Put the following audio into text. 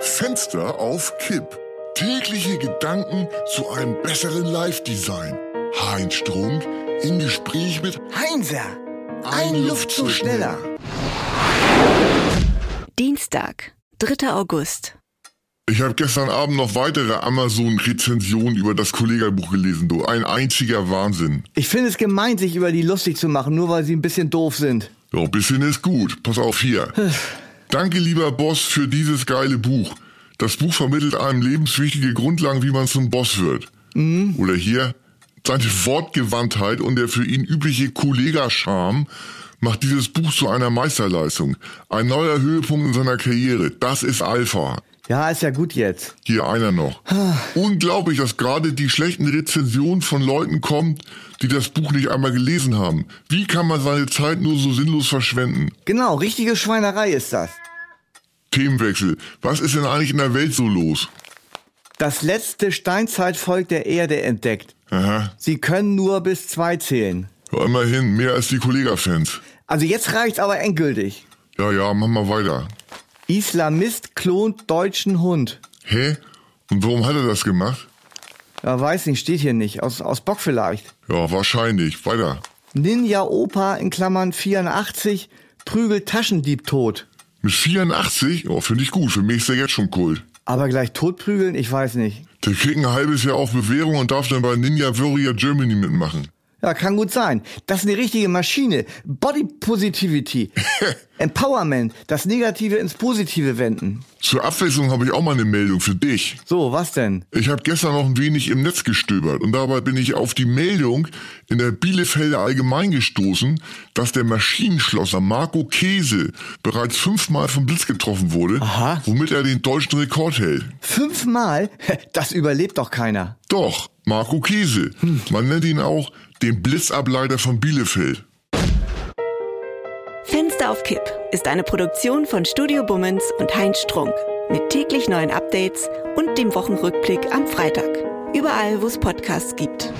Fenster auf Kipp. Tägliche Gedanken zu einem besseren Live-Design. Heinz Strunk im Gespräch mit Heinzer, ein, Luftzug schneller. Dienstag, 3. August. Ich habe gestern Abend noch weitere Amazon-Rezensionen über das Kollegerbuch gelesen, du. Ein einziger Wahnsinn. Ich finde es gemein, sich über die lustig zu machen, nur weil sie ein bisschen doof sind. Ja, bisschen ist gut. Pass auf hier. Danke, lieber Boss, für dieses geile Buch. Das Buch vermittelt einem lebenswichtige Grundlagen, wie man zum Boss wird. Oder hier, seine Wortgewandtheit und der für ihn übliche Kollegerscham macht dieses Buch zu einer Meisterleistung. Ein neuer Höhepunkt in seiner Karriere. Das ist Alpha. Ja, ist ja gut jetzt. Hier einer noch. Unglaublich, dass gerade die schlechten Rezensionen von Leuten kommt, die das Buch nicht einmal gelesen haben. Wie kann man seine Zeit nur so sinnlos verschwenden? Genau, richtige Schweinerei ist das. Themenwechsel. Was ist denn eigentlich in der Welt so los? Das letzte Steinzeitvolk der Erde entdeckt. Aha. Sie können nur bis zwei zählen. Ja, immerhin, mehr als die Kollega-Fans. Also jetzt reicht's aber endgültig. Ja, ja, mach mal weiter. Islamist klont deutschen Hund. Hä? Und warum hat er das gemacht? Ja, weiß nicht, steht hier nicht. Aus, aus Bock vielleicht. Ja, wahrscheinlich. Weiter. Ninja Opa in Klammern 84 prügelt Taschendieb tot. Mit 84? Oh, finde ich gut. Für mich ist der jetzt schon cool. Aber gleich totprügeln, ich weiß nicht. Der kriegt ein halbes Jahr auf Bewährung und darf dann bei Ninja Warrior Germany mitmachen. Ja, kann gut sein. Das ist eine richtige Maschine. Body Positivity. Empowerment. Das Negative ins Positive wenden. Zur Abwechslung habe ich auch mal eine Meldung für dich. So, was denn? Ich habe gestern noch ein wenig im Netz gestöbert und dabei bin ich auf die Meldung in der Bielefelder Allgemein gestoßen, dass der Maschinenschlosser Marco Käse bereits fünfmal vom Blitz getroffen wurde, Aha. womit er den deutschen Rekord hält. Fünfmal? Das überlebt doch keiner. Doch, Marco Käse. Man nennt ihn auch den Blitzableiter von Bielefeld. Fenster auf Kipp ist eine Produktion von Studio Bummens und Heinz Strunk. Mit täglich neuen Updates und dem Wochenrückblick am Freitag. Überall, wo es Podcasts gibt.